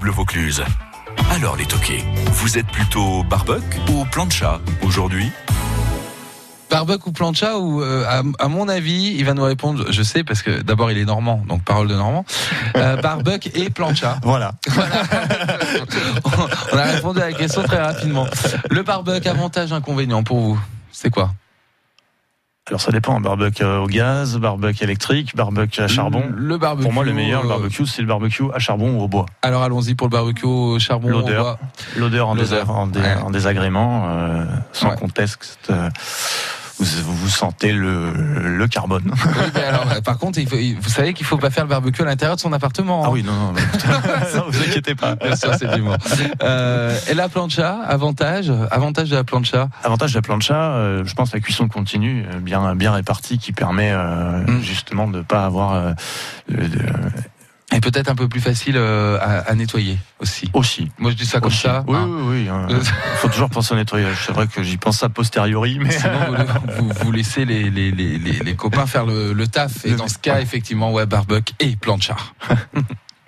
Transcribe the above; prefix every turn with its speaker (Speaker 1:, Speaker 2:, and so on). Speaker 1: Bleu Vaucluse. Alors les toqués, vous êtes plutôt barbecue ou plancha aujourd'hui
Speaker 2: Barbuck ou plancha ou euh, à, à mon avis, il va nous répondre. Je sais parce que d'abord il est normand, donc parole de normand. Euh, Barbuck et plancha.
Speaker 3: Voilà.
Speaker 2: On a répondu à la question très rapidement. Le barbuck, avantage, inconvénient pour vous, c'est quoi
Speaker 3: Alors ça dépend, barbecue euh, au gaz, barbecue électrique, barbecue à charbon.
Speaker 2: Le Mmh. barbecue.
Speaker 3: Pour moi, le meilleur, le
Speaker 2: euh,
Speaker 3: barbecue, c'est le barbecue à charbon ou au bois.
Speaker 2: Alors allons-y pour le barbecue au charbon.
Speaker 3: L'odeur.
Speaker 2: au bois.
Speaker 3: L'odeur en,
Speaker 2: L'odeur.
Speaker 3: désag- en dé-
Speaker 2: Ouais.
Speaker 3: en désagrément, euh, sans
Speaker 2: Ouais.
Speaker 3: contexte, euh, vous, vous sentez le, le carbone.
Speaker 2: Oui, mais alors, euh, par contre, il faut- il- vous savez qu'il faut pas faire le barbecue à l'intérieur de son appartement.
Speaker 3: Ah
Speaker 2: hein.
Speaker 3: oui, non, non, non, vous inquiétez pas.
Speaker 2: Bien sûr, c'est du mot. Euh, et la plancha, avantage, avantage de la plancha.
Speaker 3: Avantage de la plancha, euh, je pense la cuisson continue, euh, bien, bien répartie, qui permet euh,
Speaker 2: Mm.
Speaker 3: justement de ne pas avoir euh, le- de-
Speaker 2: Et peut-être un peu plus facile euh, à, à nettoyer aussi.
Speaker 3: aussi.
Speaker 2: Moi, je dis ça comme
Speaker 3: aussi.
Speaker 2: ça.
Speaker 3: Oui,
Speaker 2: hein.
Speaker 3: oui, oui. hein. faut toujours penser au nettoyage. C'est vrai que j'y pense a posteriori, mais
Speaker 2: Sinon, vous, vous- vous laissez les, les, les, les- les copains faire le, le taf. Et
Speaker 3: Le-
Speaker 2: dans ce cas, effectivement, ouais, barbecue et plancha.